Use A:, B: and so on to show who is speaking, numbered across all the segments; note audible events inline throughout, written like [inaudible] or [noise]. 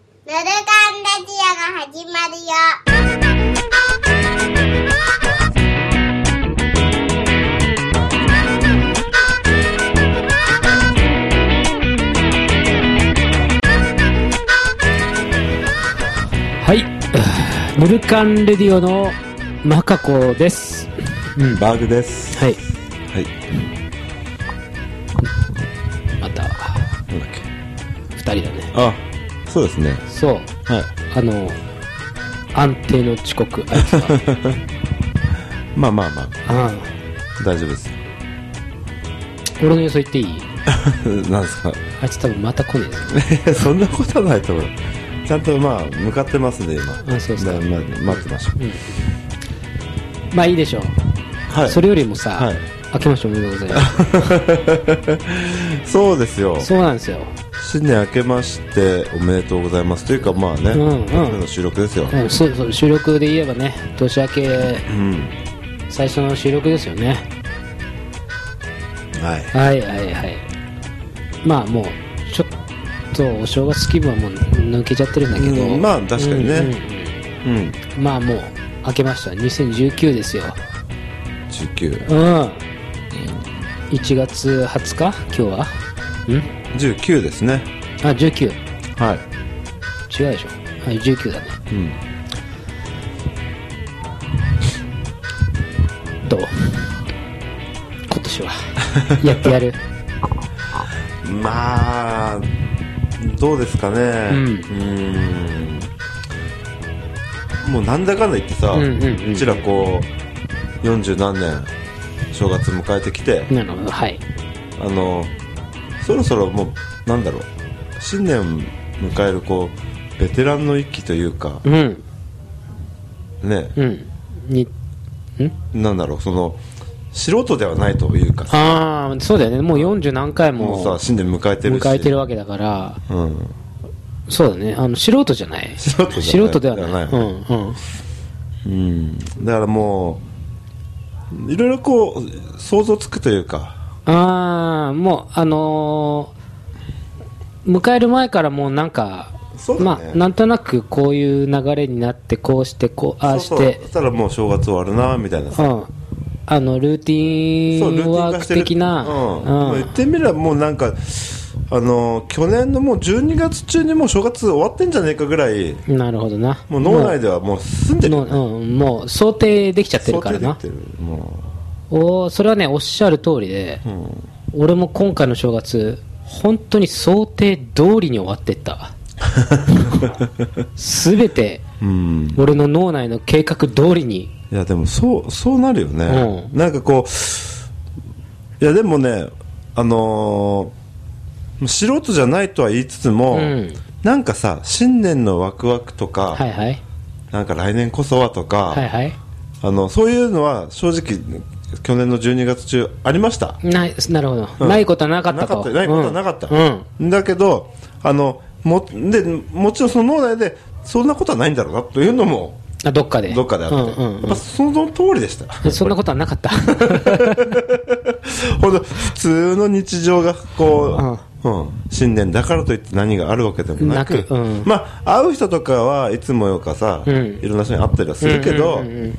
A: ぬるかんラジオが始まるよ。
B: はい。 [sighs] ぬるかんレディオのマカコです。うん。
C: バーグです。
B: はい。
C: はい。
B: また、
C: なんだっけ。
B: 二人だね。
C: あ、そうですね。
B: そう。
C: はい。
B: あの、安定の遅刻、あいつ
C: [laughs]
B: は。
C: まあまあまあ、
B: あ
C: 大丈夫です。 [laughs]
B: あ俺の予想言っていい
C: なんですか。 [laughs]
B: あいつ多分また来ねえぞ。
C: そんなことはないと思う。ちゃんとまあ、向かってますね、今。
B: あそうですか
C: だまあ待ってましょう。
B: まあいいでしょう。
C: はい。
B: それよりもさ、
C: はい
B: 明けましておめでとうございます。
C: そうです
B: [laughs]
C: よ。
B: そうなんですよ。
C: 新年明けまして、おめでとうございます。というかまあね、
B: うんうん
C: 今日の収録ですよ。
B: うん、そうそう、収録で言えばね、年明け、
C: うん。
B: 最初の収録ですよね。
C: はい。
B: はいはいはいまあもうちょっとお正月気分はもう抜けちゃってるんだけど、
C: うんまあ確かにねうん。
B: うんうんまあもう明けました2019ですよ
C: 19。
B: うん1月20日今日はん
C: 19ですね。
B: あ19違う
C: はい。
B: でしょはい19だね
C: うん。
B: どう今年
C: [laughs]
B: はやってやる
C: まあどうですかねうーんもうなんだかんだ言ってさ、
B: う
C: うん
B: うんうん
C: ちらこう40何年正月迎えてきて、
B: なるほどはい
C: あのそろそろもうなんだろう新年迎えるこうベテランの域というか
B: うん
C: ね、
B: うんにん
C: なんだろうその素人ではないというかさ
B: ああそうだよねもう40何回
C: もう
B: も
C: さ新年迎えてるし
B: 迎えてるわけだから
C: うん、
B: そうだね。あの、素人じゃない。
C: 素人じゃない
B: 素人ではない。
C: ではな
B: うん、うん。
C: うん、だからもういろいろこう想像つくというか
B: ああ、もう、あのー迎える前からもうなんか、
C: そうだ
B: ま
C: ね
B: あ、なんとなくこういう流れになって、こうして、こう、ああし
C: そうそう
B: て
C: そ、したらもう正月終わるなみたいなさ
B: うん。あの、ルーティ
C: そう
B: ーンワーク的な、
C: うん
B: う
C: まあ
B: ん
C: 言ってみればもうなんかあの去年のもう12月中にもう正月終わってんじゃねえかぐらい
B: なるほどな。
C: もう脳内ではもう進んでる
B: もう、もううん、もう想定できちゃってる
C: 想
B: から
C: 定で
B: な
C: き。てるも
B: おーそれはね、おっしゃる通りで、
C: う、うん、
B: 俺も今回の正月本当に想定通りに終わってった
C: [laughs]
B: 全て
C: うん、
B: 俺の脳内の計画通りに
C: いやでもそうそうなるよね、
B: う
C: なんかこういやでもねあのー素人じゃないとは言いつつも、
B: うん
C: なんかさ新年のワクワクとか、
B: はいはい
C: なんか来年こそはとか、
B: はいはい
C: あのそういうのは正直去年の12月中ありました
B: ないなるほど、ないことはなかった
C: なか
B: と
C: ったないことはなかった、
B: うん
C: だけどあのもでもちろんその脳内でそんなことはないんだろうなというのも
B: あどっかで
C: どっかであって、
B: うんうん
C: やっぱその通りでした
B: うんそんなことはなかった
C: [laughs] ほんと普通の日常がこう、うん新年だからといって何があるわけでもなく
B: なくうん
C: まあ、会う人とかはいつもよかさ、
B: ん
C: いろんな人に会ったりはするけど、
B: うんうんうんうん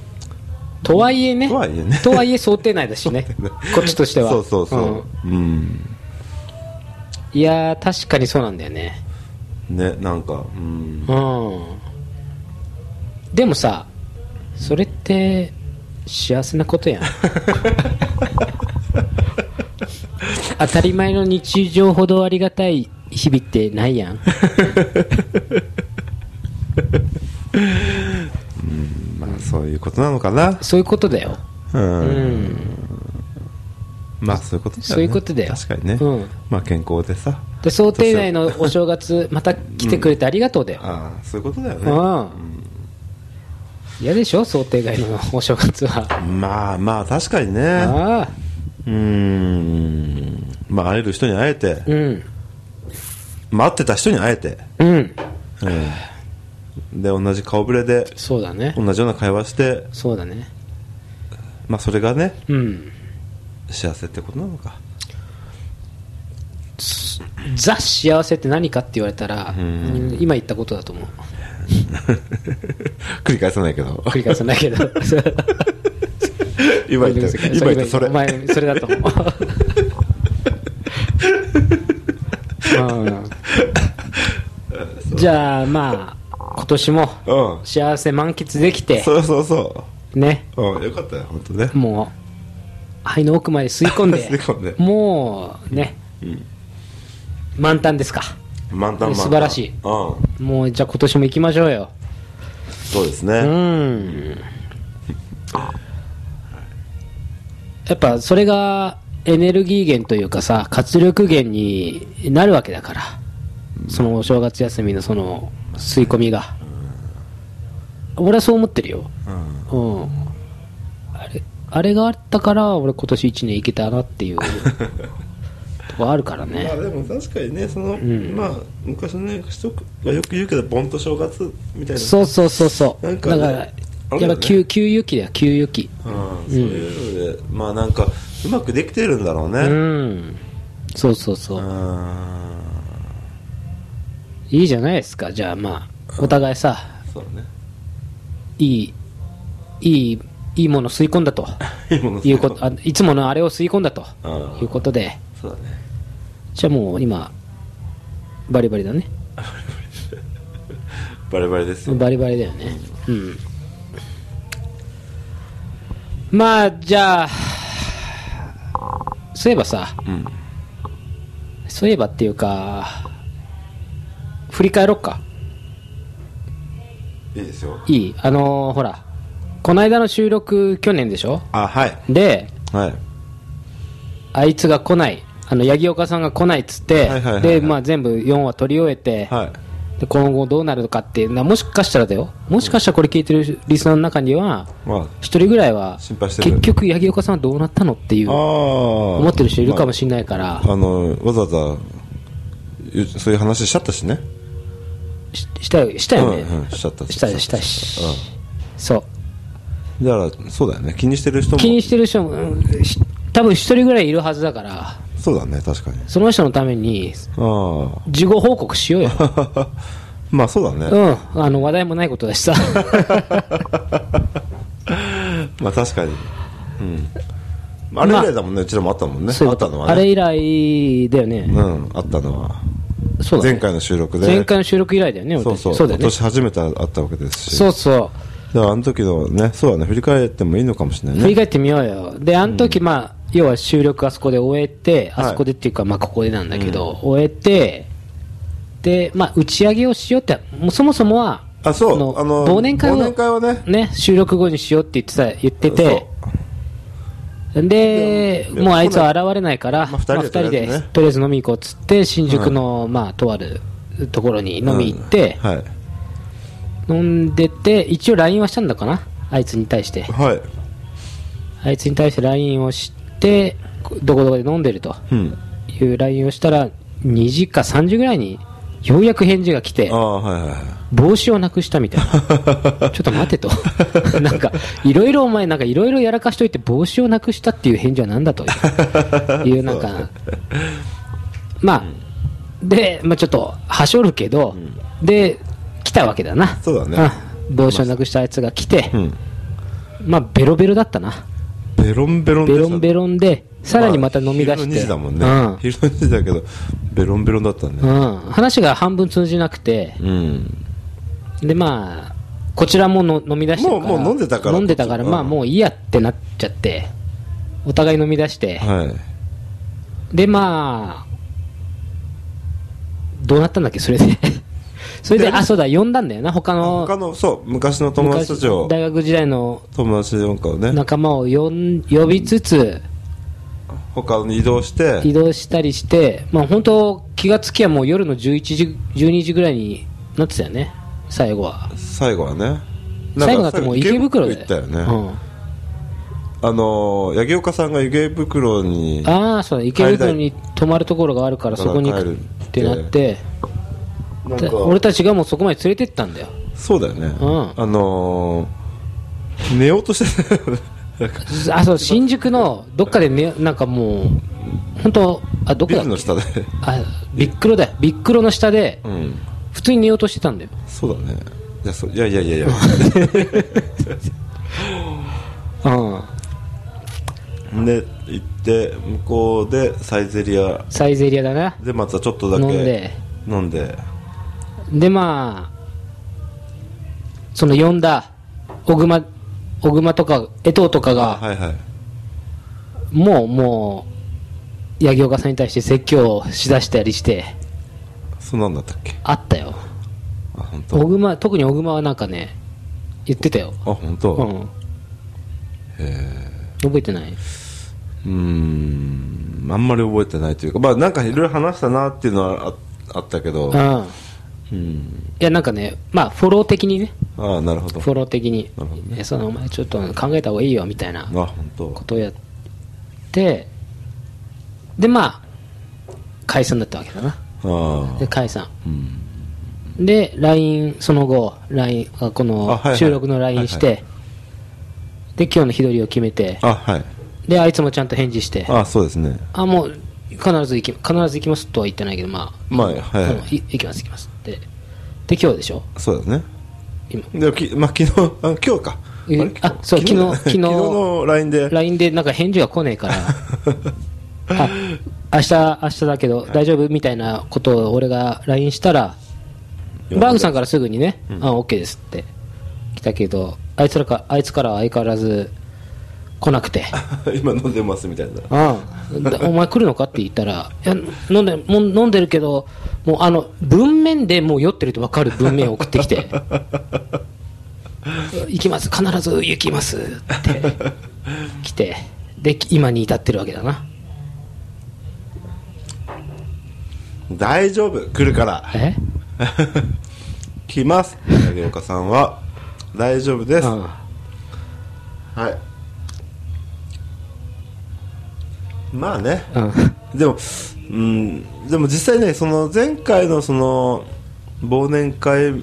B: とはいえね
C: とはいえね
B: とはいえ想定内だし
C: [laughs]
B: ねこっちとしては
C: そうそうそう、う
B: う
C: ん
B: んいやー確かにそうなんだよね
C: ねなんか、うん、
B: うんでもさそれって幸せなこと
C: [laughs]
B: やん当たり前の日常ほどありがたい日々ってないやん
C: まあそういうことなのかな、
B: そういうことだよ
C: うん
B: うん
C: まあそういうことだよね
B: そういうことだよ
C: 確かにね、
B: うん
C: まあ健康でさ
B: で想定内のお正月また来てくれてありがとうだよ、
C: ああそういうことだよ
B: う
C: ね、
B: ん嫌でしょ想定外のお正月は
C: まあまあ確かにね
B: ああ
C: うんまあ会える人に会えて、
B: うん
C: 待ってた人に会えて
B: うん
C: で同じ顔ぶれで
B: そうだね
C: 同じような会話して、
B: そうだね
C: まあ、それがね
B: うん
C: 幸せってことなのか
B: ザ幸せって何かって言われたら、
C: ん
B: 今言ったことだと思う。
C: 繰り返さないけど
B: 繰り返さないけど。
C: [laughs] 今言った [laughs] 今言ったそれ
B: お前それだと
C: [laughs]
B: 思う、うん、じゃあまあ今年も
C: うん
B: 幸せ満喫できて
C: そうそうそ
B: ね
C: う、うん、よかったよ本当ね
B: もう肺の奥まで吸い込
C: [laughs]
B: んで
C: 吸い込んで
B: もうね、
C: ん
B: 満タンですか
C: 満タン満タン
B: 素晴らしい
C: うん
B: もうじゃあ今年も行きましょうよ
C: そうです
B: う
C: ね
B: んやっぱそれがエネルギー源というかさ活力源になるわけだからそのお正月休みのその吸い込みが俺はそう思ってるよ
C: うん
B: うんあれあれがあったから俺今年1年いけたなっていうとこあるから
C: ま
B: ね
C: あでも確かにねその、
B: ん
C: まあ昔のね人がよく言うけどボンと正月みたいな
B: そうそうそうそう
C: な
B: だ
C: ん
B: か
C: かね
B: ら
C: あれ
B: や
C: だよ
B: っ
C: ね
B: ぱ給給油期だよ給油期
C: うんそういうので、まあなんかうまくできてるんだろうね、
B: うんそうそうそうう
C: ーん
B: いいじゃないですかじゃあまあお互いさ
C: そうね
B: いいいいいいもの吸い込んだと
C: いいもの
B: いうことあいつものあれを吸い込んだと
C: うん
B: いうことで
C: そうだね
B: じゃあもう今バリバリだね
C: バレバレですよ
B: バリバリだよねうんまあじゃあそういえばさ
C: うん
B: そういえばっていうか振り返ろっか
C: いいですよ
B: いいあのーほらこの間の収録去年でしょ
C: あはい
B: で
C: はい
B: あいつが来ないあの八木岡さんが来ないっつって、
C: はいはいはいはい
B: でまあ全部4話取り終えて、
C: はい
B: で今後どうなるのかっていうのはもしかしたらだよもしかしたらこれ聞いてるリスナーの中には
C: ま
B: 一人ぐらいは
C: 心配してる
B: 結局八木岡さんはどうなったのってい
C: ああ
B: う
C: あ
B: 思ってる人いるかも
C: し
B: しれないから、
C: あのわざわざゆそういう話しちゃったしね
B: ししたよしたよね、
C: うんうんしちゃった
B: したしたし、そう
C: だからそうだよね気にしてる人も
B: 気にしてる人も、うんし多分一人ぐらいいるはずだから
C: そうだね確かに
B: その人のために
C: あ
B: 事後報告しよう
C: [laughs]
B: よ
C: あ [laughs] まあそうだね、
B: うんあの話題もないことだしさ
C: まあ確かにうんあれ以来だもんね、うちらもあったもんね
B: そうい
C: あ
B: う
C: っ
B: こ
C: た
B: と
C: のはね
B: あれ以来だよね、
C: うんあったのは
B: そうだね
C: 前回の収録で
B: 前回の収録以来だよね、
C: そう
B: 私
C: そう
B: そうだよ
C: 今
B: ね。
C: 年初めてあったわけですし
B: そうそ。
C: だからあの時のねそうだね振り返ってもいいのかもしれないうね
B: 振り返ってみようよ。で、あの時、まあ、要は収録あそこで終えて、
C: はい
B: あそこでっていうか、まあ、ここでなんだけど、終えて、で、まあ、打ち上げをしようって、もうそもそもは、
C: あそうあの
B: 忘年会を
C: 忘年会はね
B: 収録後にしようって言ってた、言ってて、で、
C: でも
B: もうあいつは現れないから、
C: ま
B: ま
C: あ
B: あ、
C: 二
B: 二
C: 人
B: 人で
C: でとりあえずね、
B: とりあえず飲み行こうっつって、新宿の、まあ、とあるところに飲み行って、
C: うんはい
B: 飲んでて、一応 LINE はしたんだかなあいつに対して。
C: はい
B: あいつに対して LINE をして、こどこどこで飲んでると
C: うん
B: いう LINE をしたら、2時か3時ぐらいに、ようやく返事が来て
C: あ、あはいはいはい
B: 帽子をなくしたみたい
C: [laughs]
B: な。ちょっと待てと。 [laughs] なんか、いろいろお前、なんかいろいろやらかしといて帽子をなくしたっていう返事は何だという、
C: [laughs]
B: いうなんか、まあ、で、まあちょっと、はしょるけど、で、来たわけだな。
C: そうだね
B: ん帽子をなくしたあいつが来て
C: う、ん
B: まあベロベロだったな。
C: ベロンベロンで
B: ベ
C: した
B: ロンベロンで、さらにまた飲み出して。
C: まあ昼の2時だもんね、
B: うん
C: 昼の2時だけどベロンベロンだったね
B: うん。話が半分通じなくて、
C: うん
B: で、まあ、こちらもの飲み出してるから。
C: もうもう飲んでたから
B: 飲んでたから、
C: こっちは
B: まあもういいやってなっちゃって、お互い飲み出して、
C: はい
B: で、まあ、どうなったんだっけ、それで。 [laughs] それで、
C: で
B: あ、そうだ、呼んだんだよな、他の、
C: 他のそう昔の友達たちを
B: 昔大学時代の
C: 友達なんかをね
B: 仲間を呼ん呼びつつ、
C: 他に移動して
B: 移動したりして、まあ、本当気がつきゃもう夜の11時12時ぐらいになってたよね最後は
C: 最後はねなんか
B: 最後だってもう池袋で
C: 行ったよね、
B: うん、
C: あのー八木岡さんが池袋に
B: ああそうだ池袋に泊まるところがあるからそこに行くってなって
C: なん
B: で
C: か
B: 俺たちがもうそこまで連れてったんだよ
C: そうだよね、
B: ん
C: あのー寝ようとしてたよねなんか
B: あそう新宿のどっかで、ね、なんかもう本当あどこ
C: ビ
B: だ
C: ル
B: っけ
C: の下で
B: あビックロだよビックロの下で
C: うん
B: 普通に寝ようとしてたんだよ
C: そうだねいやそいやいやいやいや
B: うん
C: で行って向こうでサイゼリア
B: サイゼリアだな
C: でまたちょっとだけ
B: 飲んで
C: 飲んで
B: でまあその呼んだ小熊小熊とか江藤とかが、
C: はいはい
B: もうもう八木岡さんに対して説教しだしたりして
C: そんなんだったっけ
B: あったよ
C: あ本当
B: 小熊特に小熊はなんかね言ってたよ
C: あ本
B: う
C: 当
B: ん覚えてないう
C: ーんあんまり覚えてないというかまあなんかいろいろ話したなっていうのはああったけど
B: うんい
C: うん
B: やなんかねまあフォロー的にね
C: ああなるほど
B: フォロー的に
C: なるほど
B: いやそのお前ちょっと考えた方がいいよみたいな
C: あ本当
B: ことをやってでまあ解散だったわけだな
C: あ
B: で解散
C: あうん
B: で LINE その後 LINE あこ
C: あはいは
B: の
C: い
B: 収録の LINE して、
C: はい
B: で今日の日取りを決めて
C: あはい
B: であいつもちゃんと返事してあ
C: ああそうですね
B: もう必ず行き必ず行きますとは言ってないけどまあ
C: まあはいはい
B: うんい行きます行きますってで今日でしょ
C: そうだね
B: 今
C: でき、まあ、昨日あ今日か
B: え
C: れ
B: あそう昨日昨日
C: 昨日の LINE で
B: LINE でなんか返事が来ねえ [laughs] からあ明日明日だけど大丈夫みたいなことを俺が LINE したらバーグさんからすぐにね「あオッケーです」って来たけどあいつらかあいつからは相変わらず来なくて
C: [laughs] 今飲んでますみたいな
B: うんでお前来るのかって言ったら「いや飲んでもう飲んでるけどもうあの文面でもう酔ってると分かる文面を送ってきて [laughs] 「行きます必ず行きます」って来てで今に至ってるわけだな
C: 大丈夫来るから
B: え
C: 来ます影岡さんは大丈夫です、
B: うん
C: はいまあね
B: うん
C: でもうんでも実際ねその前回のその忘年会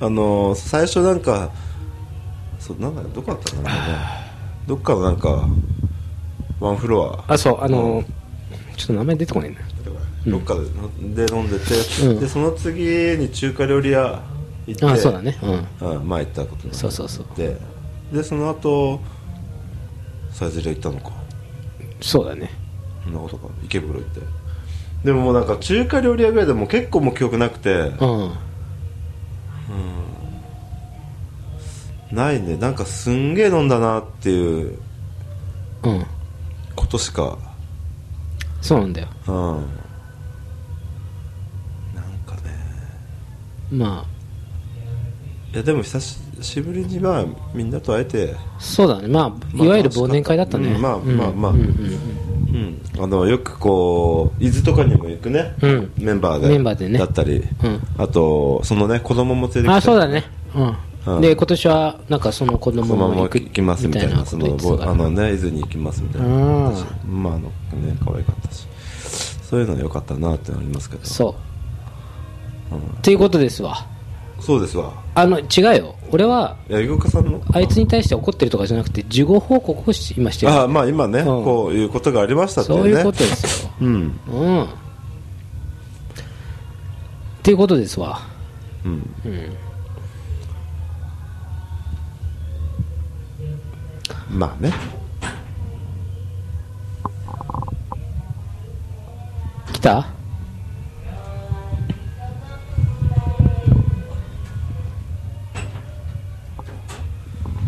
C: あの最初なんかそうなんかどこだったかなどっかのなんかワンフロア
B: あそうあのちょっと名前出てこないな
C: どっかで飲んでて、
B: うん
C: でその次に中華料理屋行って
B: あそうだねうん
C: うん、前行ったことになって
B: そうそうそう
C: ででその後サイゼリア行ったのか
B: そうだね
C: そんなことか池袋行ってでももうなんか中華料理屋ぐらいでもう結構もう記憶なくて
B: うん
C: ないねなんかすんげえ飲んだなっていう
B: うん
C: ことしか
B: そうなんだよ
C: うんなんかね
B: まあ
C: いやでも久ししぶりにまあみんなと会えて
B: そうだね、まあ、
C: まあ
B: いわゆる忘年会だったね。
C: うんまあ
B: うん
C: まあまあ
B: うんうん
C: うん、あのよくこう伊豆とかにも行くね、
B: うん
C: メンバーで
B: メンバーでね
C: だったり、
B: うん
C: あとそのね子供も
B: う
C: 連れてき
B: ん
C: たり
B: あ、そうだね。
C: う
B: うんん。で、今年は、なんかその子
C: 子
B: 供
C: 供
B: も
C: も
B: 行く
C: 行きますみたいな
B: こと
C: そ
B: 言
C: の
B: ってた
C: ぼ
B: から
C: あのね伊豆に行きますみたいな
B: うん
C: 私まああのね可愛かったしそういうの良かったなってのありますけど
B: そう。っていうことですわ。
C: そうですわ
B: あの、違うよ。俺は、
C: 八木岡さんの
B: あいつに対して怒ってるとかじゃなくて、事後報告をし今してる。
C: あまあ今ね、
B: ん
C: こういうことがありましたっていう
B: そ
C: ね
B: ういうことですよ。
C: うん
B: うん。っていうことですわ。
C: うんまあね
B: 来た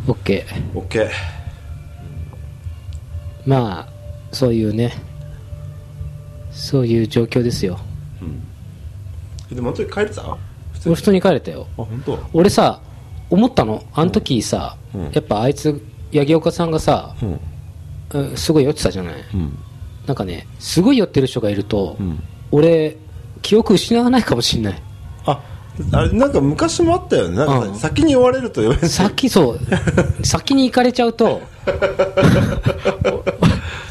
B: オッケー
C: OK
B: まあそういうねそういう状況ですよ
C: でも本当に帰れたあ
B: 俺普通に帰れたよ
C: 本当
B: 俺さ思ったのあの時さ、
C: うん
B: やっぱあいつ八木岡さんがさ、
C: うん
B: うんすごい酔ってたじゃない
C: うん
B: なんかねすごい酔ってる人がいると、
C: うん
B: 俺記憶失わないかもしん
C: [laughs]
B: ない
C: ああれなんか昔もあったよねなんかさ
B: うん
C: 先に追われると言われる
B: 先そう先に行かれちゃうと [laughs]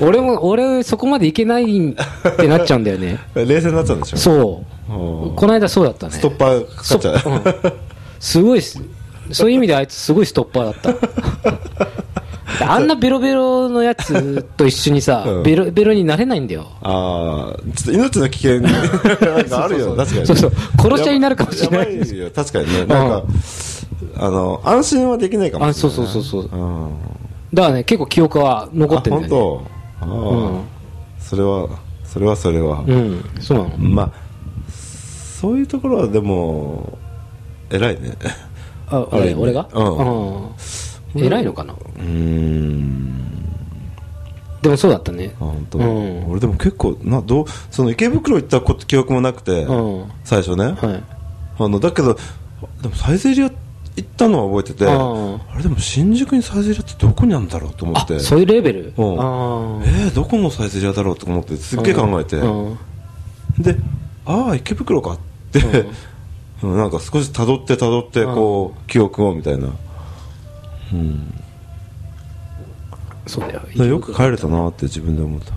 B: お俺も俺そこまで行けないってなっちゃうんだよね
C: 冷静になっちゃうんでしょ
B: そう
C: うん
B: この間そうだったね
C: ストッパーかかっち
B: そ
C: ゃ
B: うんすごいっすそういう意味であいつすごいストッパーだった
C: [laughs]
B: あんなベロベロのやつと一緒にさ、
C: うん
B: ベロベロになれないんだよ。
C: ああ、ちょっと命の危険 [laughs] なんかあるよ、確かに、ね。
B: そうそう殺し合いになるかもしれない
C: やばいよ、確かにね。なんか、あの、安心はできないかもし
B: あそ
C: れない。
B: うそうそうそう
C: うん。
B: だからね、結構記憶は残ってるんだよ、ね。
C: あ本当。ああ、
B: うん
C: それは、それはそれは。
B: うん、そうなの。
C: まあ、そういうところはでも、偉いね。 [laughs]
B: あ、
C: あれ
B: 俺、俺が
C: うん
B: うん偉いのかな
C: うーん。
B: でもそうだったね。
C: あ本当、
B: うん
C: 俺でも結構などうその池袋行ったこと記憶もなくて、
B: うん
C: 最初ね、
B: はい。
C: あのだけどでもサイゼリア行ったのは覚えて
B: うん
C: て、あれでも新宿にサイゼリアってどこにあるんだろうと思っ
B: あ
C: て、
B: そういうレベル
C: うん
B: あー
C: えー、どこのサイゼリアだろうと思ってすっげえ考えて、
B: うん
C: でああ池袋かって、 [laughs] うんなんか少し辿って辿ってこう、記憶をみたいな、うん、
B: そうだよ。
C: よく帰れたなって自分で思った、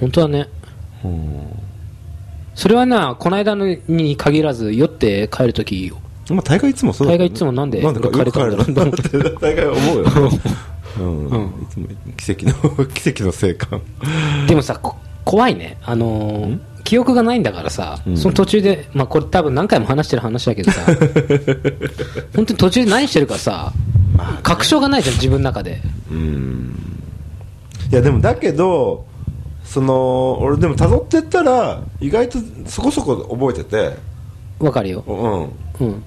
B: 本当はね。
C: うん
B: それはな、この間のに限らず、酔って帰るとき、
C: まあ、大会いつもそうだ
B: 大概いつもなんで
C: なんでか
B: 帰れたんだろう
C: よく帰
B: [laughs]
C: れたんだろうって大概思うよ、うんいつも奇跡の [laughs] 奇跡の生還
B: でもさ、こ怖いね。あのー記憶がないんだからさ、
C: ん
B: その途中で、まあこれ多分何回も話してる話だけど
C: [laughs]
B: さ、本当に途中で何してるかさ、確証がないじゃん、自分の中で。
C: いやでもだけどその俺でも辿ってったら意外とそこそこ覚えてて
B: わかるよ。
C: うん
B: うん。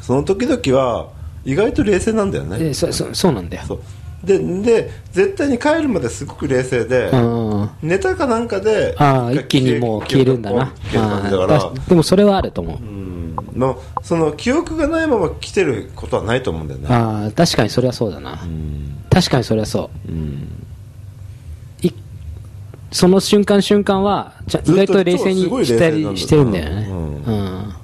C: その時々は意外と冷静なんだよね
B: でそそそうなんだよ。
C: そうでで絶対に帰るまですごく冷静で
B: うん。
C: ネタかなんかで
B: ああ、一気にもう消えるんだな。
C: 消える感じだか
B: あ
C: ら
B: あだでもそれはあると思う。
C: うんのその記憶がないまま来てることはないと思うんだよね
B: ああ、確かにそれはそうだな。確かにそれはそう。いその瞬間瞬間は、ちゃ意
C: ずっと
B: 外と冷静に
C: すごい冷静
B: した
C: なん
B: り
C: だ
B: してるんだよね。
C: う
B: うんん。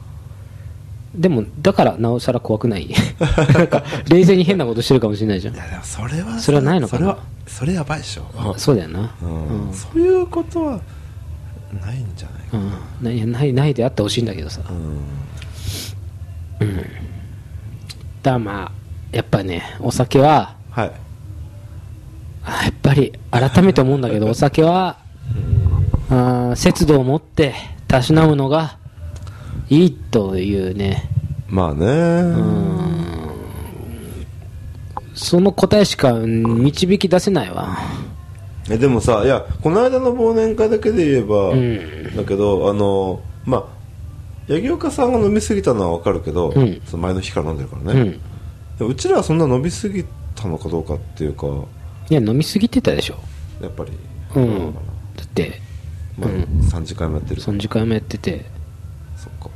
B: でも、だからなおさら怖くない [laughs] なんか、冷静に変なことしてるかもしれないじゃん
C: い。やでもそれは
B: それはないのかな
C: それはそれやばいでしょ、
B: そうだよな。
C: う
B: うん
C: んそういうことはないんじゃないか
B: うんないないないであってほしいんだけどさ、うんだからまあやっぱねお酒は
C: はい
B: あやっぱり改めて思うんだけ
C: [laughs]
B: どお酒はあー節度を持ってたしなむのがいいというね
C: まあね
B: その答えしかうん導き出せないわ
C: えでもさいやこの間の忘年会だけで言えば、
B: うん
C: だけどあのまあ八木岡さんが飲みすぎたのは分かるけど、
B: うん
C: その前の日から飲んでるから
B: う
C: ね、
B: ん
C: でうちらはそんな飲みすぎたのかどうかっていうか
B: いや飲みすぎてたでしょ
C: やっぱり、
B: うんだって
C: まあ
B: うん
C: 3時間もやってるから
B: 3時間もやってて
C: そっか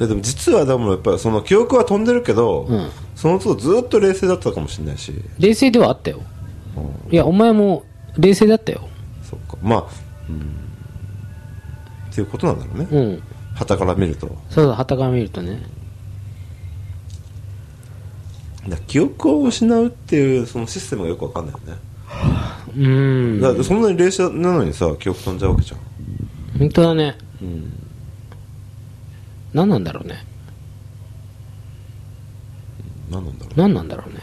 C: いやでも実はでもやっぱりその記憶は飛んでるけど、
B: うん
C: その都度ずっと冷静だったかもしれないし、
B: 冷静ではあったよ
C: うん
B: いやお前も冷静だったよ
C: そっかまあうんっていうことなんだろうね
B: うん
C: はた、から見ると
B: そうだ、はたから見るとね。
C: いや記憶を失うっていうそのシステムがよくわかんないよね、
B: うーん。
C: だってそんなに冷静なのにさ記憶飛んじゃうわけじゃん
B: 本当だね。
C: うん
B: 何なんだろうね。
C: 何なんだろう
B: 何なんだろうね。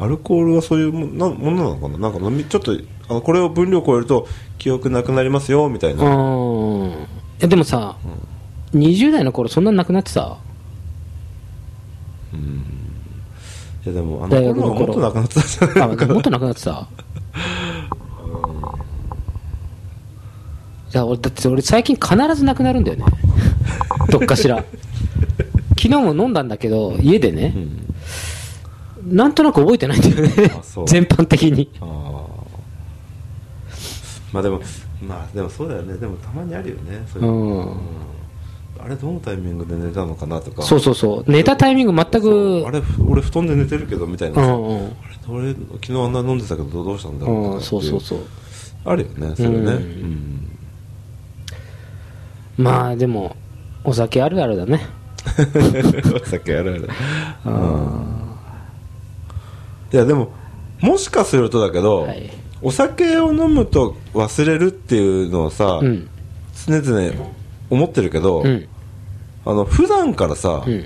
C: アルコールはそういうもんなものなのかななんか飲みちょっとあのこれを分量超えると記憶なくなりますよみたいうな、
B: ーん。いや、でもさ、20代の頃そんななくなってた
C: いやでもあの
B: 大
C: 頃
B: 学の
C: はもっとなくなってたじゃない [laughs]
B: あ、もっとなくなってたいや、俺、だって俺最近必ずなくなるんだよね。 [laughs] どっかしら。昨日も飲んだんだけど、家でね。なんとなく覚えてないんだよね
C: あそう。
B: 全般的に。
C: あーまあでもまあでもそうだよねでもたまにあるよねそう
B: う
C: いう、
B: ん。
C: あれどのタイミングで寝たのかなとか
B: そうそうそう。寝たタイミング全
C: そう
B: く
C: あ、れふ俺布団で寝てるけどみたいな
B: う
C: さ、
B: んうん。
C: あれ俺昨日あんな飲んでたけどどうしたんだろうと
B: うん、
C: かってい
B: そうそうそう
C: あるよねそれね
B: うん
C: うん、 [laughs]
B: まあでもお酒あるあるだね
C: お酒あるあるいやでももしかするとだけど、
B: はい
C: お酒を飲むと忘れるっていうのをさ、
B: うん
C: 常々思ってるけど、
B: うん
C: あの普段からさ、
B: うん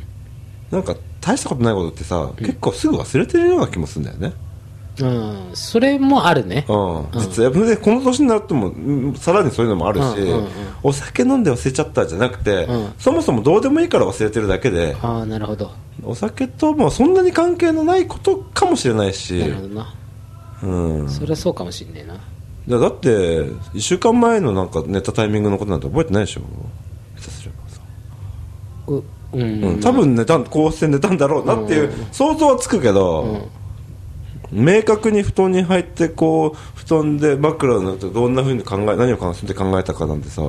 C: なんか大したことないことってさ、結構すぐ忘れてるような気もするんだよね
B: うん、それもあるね。
C: うん、実はでこの年になってもうんさらにそういうのもあるし、
B: うんうんうん
C: お酒飲んで忘れちゃったじゃなくて、
B: うん
C: そもそもどうでもいいから忘れてるだけで
B: ああ、なるほど。
C: お酒ともそんなに関係のないことかもしれないし
B: な、るほどな。
C: うん、
B: それはそうかもしんねえな。
C: だだって1週間前のなんか寝たタイミングのことなんて覚えてないでしょ下手すればさ
B: う、うん。
C: うん、多分寝たこうして寝たんだろうなっていう想像はつくけど、明確に布団に入ってこう布団で枕になってどんなふうに考え何を考えて考えたかなんてさ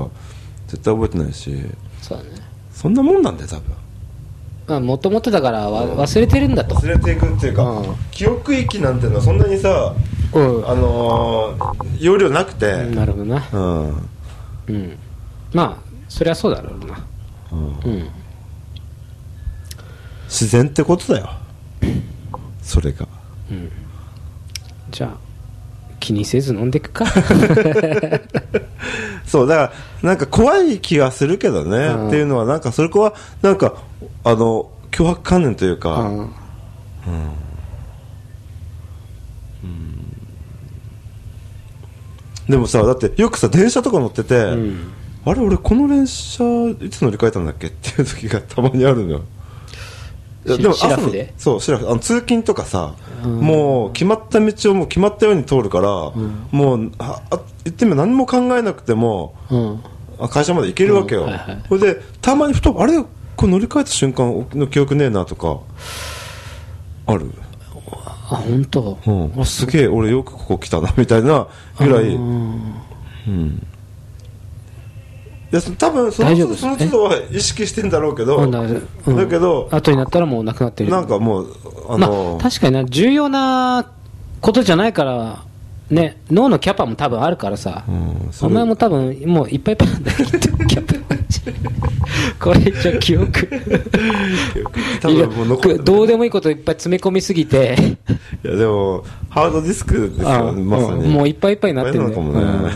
C: 絶対覚えてないし
B: そうだね。
C: そんなもんなんだよ多分
B: まあ、もともとだからわ忘れてるんだと。
C: 忘れていくっていうか、
B: うん
C: 記憶域なんてのはそんなにさ、
B: うん
C: あのー容量なくて、
B: なるほどな。
C: うん
B: うん。まあ、そりゃそうだろうな。うん。
C: 自然ってことだよそれが
B: じゃあ、気にせず飲んでいくか。
C: そう、だから、なんか怖い気がするけどね、
B: ん
C: っていうのは、なんか、それこは、なんか、あの、脅迫観念というか、
B: [laughs] うん。
C: でもさ、だって、よくさ、電車とか乗ってて、
B: ん
C: あれ、俺、この電車、いつ乗り換えたんだっけっていう時がたまにあるのよ。いや
B: しシラフで
C: そう、シラフ。あの通勤とかさ、もう、決まった道をもう決まったように通るから、もう、ああ言ってみれば何も考えなくても、
B: うん。
C: あ会社まで行けるわけよ、
B: うんはいはい
C: それでたまにふとあれこれ乗り換えた瞬間の記憶ねえなとかある、
B: あ、本当。
C: うん、あすげえ俺よくここ来たなみたいなぐらい、
B: うん。
C: いやそ多分その
B: 大丈夫で
C: 都度
B: す
C: その都度は意識してんだろうけど、
B: うんだうん
C: だけど、
B: 後になったらもうなくなってる。
C: なんかもうあの、
B: まあ、
C: [laughs]
B: 確かにな、重要なことじゃないから、ね、脳のキャパも多分あるからさ、
C: うんそ
B: お
C: れ
B: 前も多分もういっぱいいっぱいなんだよ、きっとキャパこれじゃ記憶、
C: 多分もう残
B: い
C: っ
B: やどうでもいいこといっぱい詰め込みすぎて、
C: いやでもハードディスクです
B: あ
C: よ
B: あ
C: まさに、
B: うんもういっぱいいっぱいになってるね
C: いっぱいなのかもね、やばい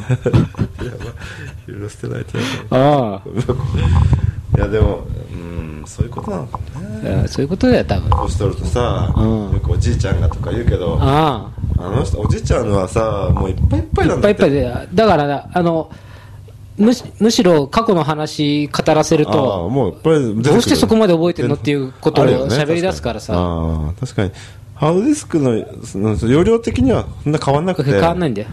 C: いろいろ捨てないとやばい
B: [laughs] あ
C: いやでもうんそういうことなのかもね
B: あいやそういうことだよ、多分
C: 年取るとさ、
B: うん
C: よくおじいちゃんがとか言うけどあ
B: あ
C: の人おじいちゃんはさもういっぱいいっぱ
B: あ
C: い
B: い
C: なん
B: っぱ
C: だ
B: い
C: っ
B: いっぱ
C: て
B: いで、だからなあのむし、むしろ過去の話語らせる
C: ああ
B: と、
C: もういっぱい出てくる
B: どうしてそこまで覚えてんのっていうことを喋り出すからさ
C: あるよね確かにああ確かにハードディスクのその容量的にはそんな変わんなくて
B: 変わんないんだよ。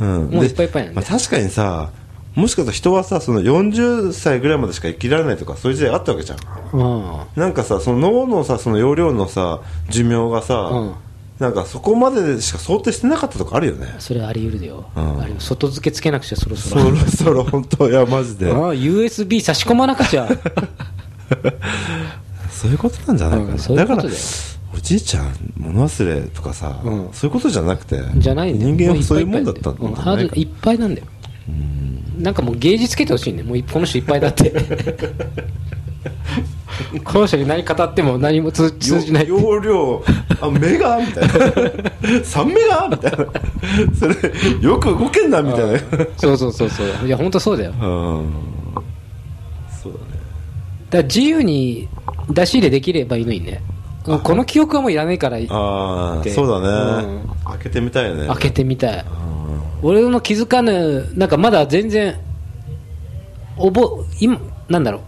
C: うん、
B: もう
C: で
B: いっぱいいっぱいなんだ
C: まあ、確かにさもしかしたら人はさその40歳ぐらいまでしか生きられないとかそういう時代あったわけじゃん
B: うん
C: なんかさその脳のさその容量のさ寿命がさ、
B: うん
C: なんかそこまでしか想定してなかったとかあるよね
B: それあり得るだよ、
C: うん
B: あれ外付けつけなくちゃそろそ
C: そ
B: ろ
C: ろそろ本当いや
B: [laughs]
C: マジで
B: ああ USB 差し込まなくちゃ
C: そういうことなんじゃないかな、
B: うんそういうことだよ
C: からおじいちゃん物忘れとかさ、
B: うん
C: そういうことじゃなくて
B: じゃないんだよ
C: [laughs] 人間はそういう
B: も
C: もん
B: い
C: だっ
B: ぱい
C: たんだ
B: いっぱいだようんハードいっぱいなんだよなんかもうゲージつけてほしいねもういこの人いっぱいだって
C: [laughs]
B: この人に何語っても何も通通じない
C: よ容量あ目がみたいな3 [laughs] メガみたいなそれよく動けんなみたいな
B: そうそうそうそういや本当そうだよだか
C: うんそうだ
B: ら
C: ね
B: 自由に出し入れできればいいのにねもうこの記憶はもういらないから
C: ああ
B: で
C: そうだね、
B: うん
C: 開けてみたいよね
B: 開けてみたい俺の気づかぬなんかまだ全然覚え今なんだろう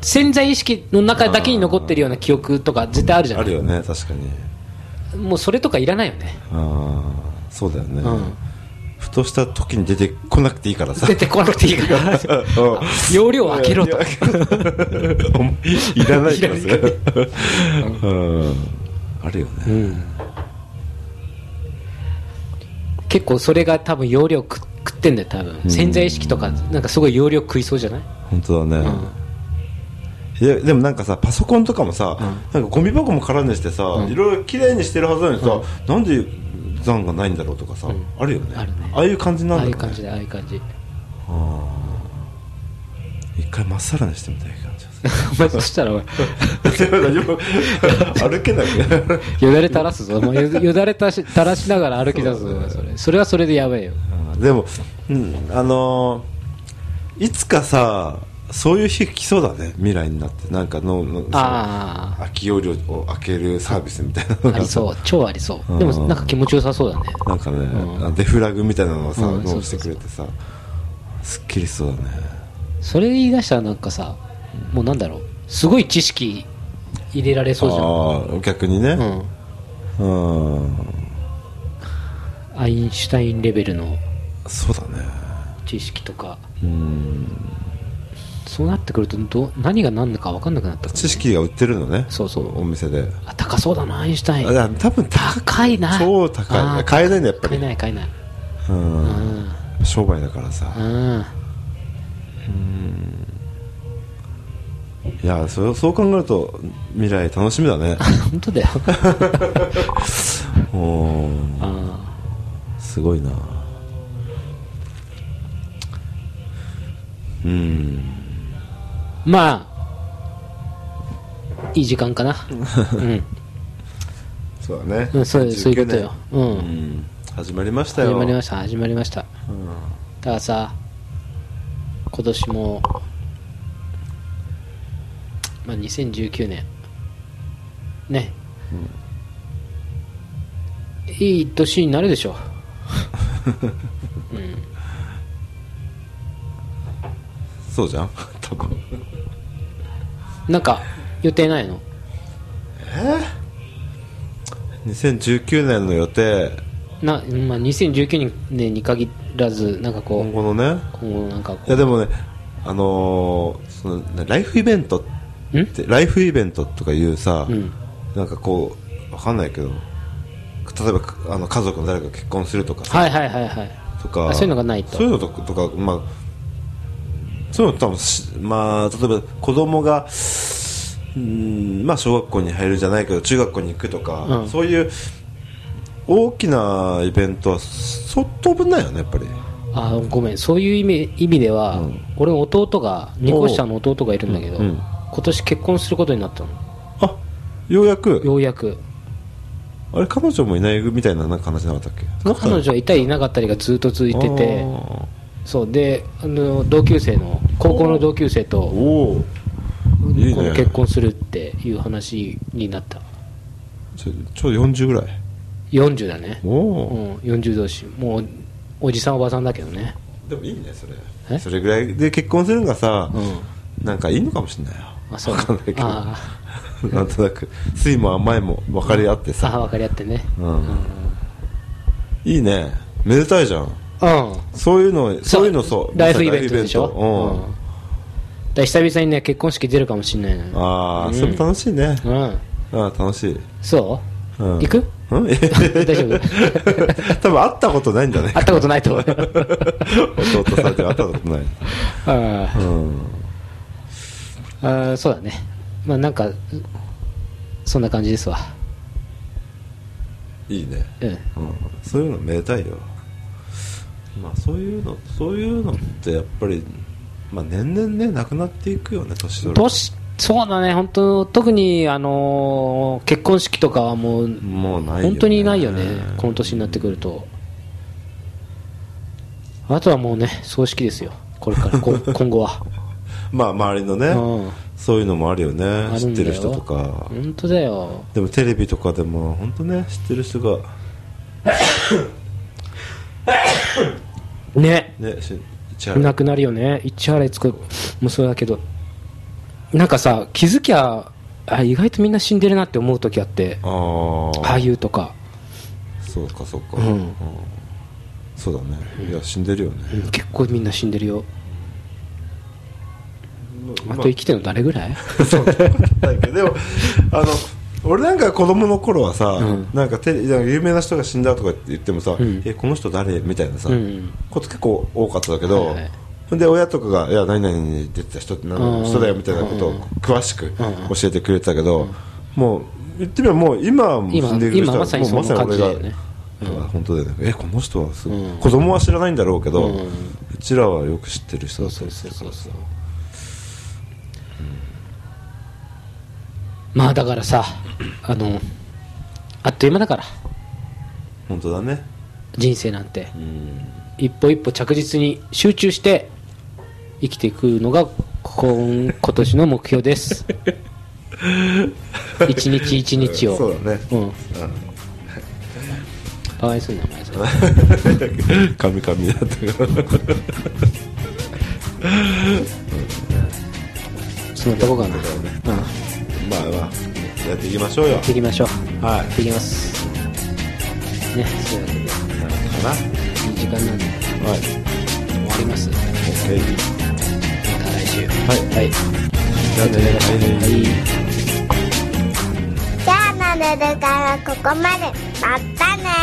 B: 潜在意識の中だけに残ってるような記憶とか絶対あるじゃ
C: あ
B: な
C: る
B: い
C: よね確かに
B: もうそれとかいらないよね
C: ああそうだよね、
B: うん
C: ふとした時に出てこなくていい
B: [laughs]
C: からさ
B: 出てこなくていいから
C: [laughs]
B: 容量を開けろと
C: いやいらないからそれ
B: いらな
C: うんあるよね、
B: 結構それが多分容量く食ってんだよ多分潜在意識とかなんかすごい容量食いそうじゃない
C: 本当だね、いやでもなんかさパソコンとかもさ、なんかゴミ箱も絡んでしてさ、いろいろ綺麗にしてるはずなのにさ、なんで残がないんだろうとかさ、あるよね
B: あるね
C: ああいう感じな
B: あ
C: んだ
B: あ
C: ろ
B: いうう
C: ね
B: 感じでああいう感じ [laughs]
C: 一回まっさらにしてみたい感じが
B: お
C: す
B: 前そしたらお前
C: るでも大丈夫 [laughs] 歩けなくね
B: よだれ垂らすぞ
C: [laughs]
B: お前よよだれたし垂らしながら歩き出すぞお前それそれはそれでやばいよ
C: でも、うん、あのーいつかさそういう日来そうだね未来になってなんかののその
B: あ
C: 空き容量を開けるサービスみたいなの
B: あ
C: が
B: ありそう超ありそうでもなんか気持ちよさそうだね
C: なんかね、あデフラグみたいなのをさ、
B: うん
C: 弄してくれてさすっきりしそうだね
B: それ言い出したらなんかさもうなんだろうすごい知識入れられそうじゃ
C: ああ逆にね
B: ん、うん、
C: うん、
B: アインシュタインレベルの
C: そうだね
B: 知識とか
C: うん
B: そうなってくるとど何が何だか分かんなくなった
C: 知識が売ってるのね
B: そうそう
C: お店で
B: あ高そうだなアインシュタイ
C: あ
B: ン
C: だ多分高
B: 高いな
C: 超高いね
B: あー
C: 買えないんだやっぱり
B: 買えない買えない
C: うん
B: うん
C: 商売だからさ
B: うん
C: いやそうそう考えると未来楽しみだね
B: [laughs] 本当だよ
C: おー
B: あ
C: すごいなうん
B: ーまあいい時間かなうん
C: そうだね、
B: うん [laughs] そうそういうことよ
C: 19年
B: うん
C: 始まりましたよ
B: 始まりました始まりましただからさ今年も、まあ、2019年ね、いい年になるでしょう、うん、
C: そうじゃん [laughs] 多分
B: なんか予定ないの
C: 2019年の予定
B: な、まあ、2019年に限らずなんかこう、
C: 今後のね
B: 今後なんかこ
C: いやでもねあのーそのねライフイベントってライフイベントとかいうさ、
B: うん
C: なんかこうわかんないけど例えばあの家族の誰かが結婚するとか
B: うはいはいはいはい
C: とか
B: あそういうのがないと
C: そういうのととかまあそういうの多分しまあ例えば子供がうんまあ小学校に入るじゃないけど中学校に行くとか、
B: うん
C: そういう大きなイベントはそっと危ないよねやっぱり
B: あごめんそういう意味意味では、俺の弟が2個下の弟がいるんだけど、
C: うんうん
B: 今年結婚することになったの
C: あようやく
B: ようやく
C: あれ彼女もいないみたいななんか話なかったっけ
B: 彼女はいたりいなかったりがずっと続いてて
C: あ
B: そうであの同級生の高校の同級生
C: ー
B: と
C: おおいい
B: この
C: ね
B: 結婚するっていう話になった
C: ちょちょうど40ぐらい
B: 40だね
C: お、
B: う
C: お
B: ん、40同士もうおじさんおばさんだけどね
C: でもいいねそ
B: え
C: れそれぐらいで結婚するのがさ、
B: う
C: なんかいいのかもしれないよ [laughs]
B: あそう
C: わかんないけど
B: あ
C: なんとなく酸いも甘いも分かり合って
B: ああ
C: さ、
B: 分かり合ってね
C: うんいいねめでたいじゃん
B: うん
C: そういうのそういうのそう
B: ライフイベントでしょ、
C: うん
B: うんだから久々にね結婚式出るかもしれないのよ
C: ああ、それも楽しいね、
B: うん
C: ああ楽しい、
B: そう、
C: うん
B: 行く [laughs]
C: うん、大
B: 大丈夫 [laughs]
C: [laughs] 多分会ったことないんだね
B: 会ったことないと思う
C: 弟さんって会ったことない
B: あー
C: うん
B: あーそうだねまあなんかそんな感じですわ
C: いいね、
B: うん
C: うん、そういうのめでたいよまあそういうのそういうのってやっぱり、まあ、年々ねなくなっていくよね年取ると
B: 年そうだね本当特にあのー結婚式とかはもう
C: もうないよ、ね、
B: 本当にないよねこの年になってくるとあとはもうね葬式ですよこれからこ [laughs] 今後は
C: まあ周りのね、
B: うん
C: そういうのもあるよね
B: ある
C: 知
B: んだよ
C: ってる人とか
B: 本当だよ
C: でもテレビとかでも本当ね知ってる人が
B: ね
C: ねし市
B: い
C: 原
B: なくなるよね市原つくもそうだけどなんかさ気づきゃあ意外とみんな死んでるなって思う時あって
C: あ
B: あ
C: あ
B: あいうとか、
C: そうかそうか、
B: うん
C: そうだねいや死んでるよ
B: う
C: ね、
B: ん結構みんな死んでるよあと生きてるの誰ぐらい
C: だけどでもあの俺なんか子供の頃はさ、
B: うん
C: なんかテレなんか有名な人が死んだとかって言ってもさ、
B: うん
C: えこの人誰みたいなさ、
B: うん
C: こと結構多かったんだけど、
B: はいはい
C: ほんで親とかが「いや何々に出てた人って何
B: う
C: の
B: ん
C: 人だよ」みたいなこと
B: う
C: を
B: ん
C: 詳しく
B: ん
C: 教えてくれてたけど、もう言ってみればもう今はもう
B: 今
C: 死んでいく人
B: 今ま
C: は
B: さ
C: も
B: に
C: うま
B: そ
C: さ
B: ん
C: に
B: な感
C: 俺
B: じ
C: が
B: だよね
C: あ本当だよねえこの人はすごい、
B: うん
C: 子供は知らないんだろうけど、
B: う
C: うんちらはよく知ってる人だった
B: そう
C: り
B: そ
C: す
B: う
C: る
B: そう
C: から
B: そ
C: さ
B: うまあだからさあのあっという間だから
C: 本当だね
B: 人生なんて
C: うん
B: 一歩一歩着実に集中して生きていくのがこ今今年の目標です
C: [laughs]
B: 一日一日を
C: そうだね
B: うんかわいそうに名前それ
C: [laughs] カミカミだったから
B: そのとこかなうんや
C: まあまあやっていきましょうよ
B: っていきましょう
C: はい
B: やっていきますねそういうわけで
C: なのか
B: いい時間なんで
C: なはい
B: 終わりますま
C: OK
B: た来週
C: はい
B: はい
C: じゃあね来年
B: はい
A: じゃあのぬるからここまで。またね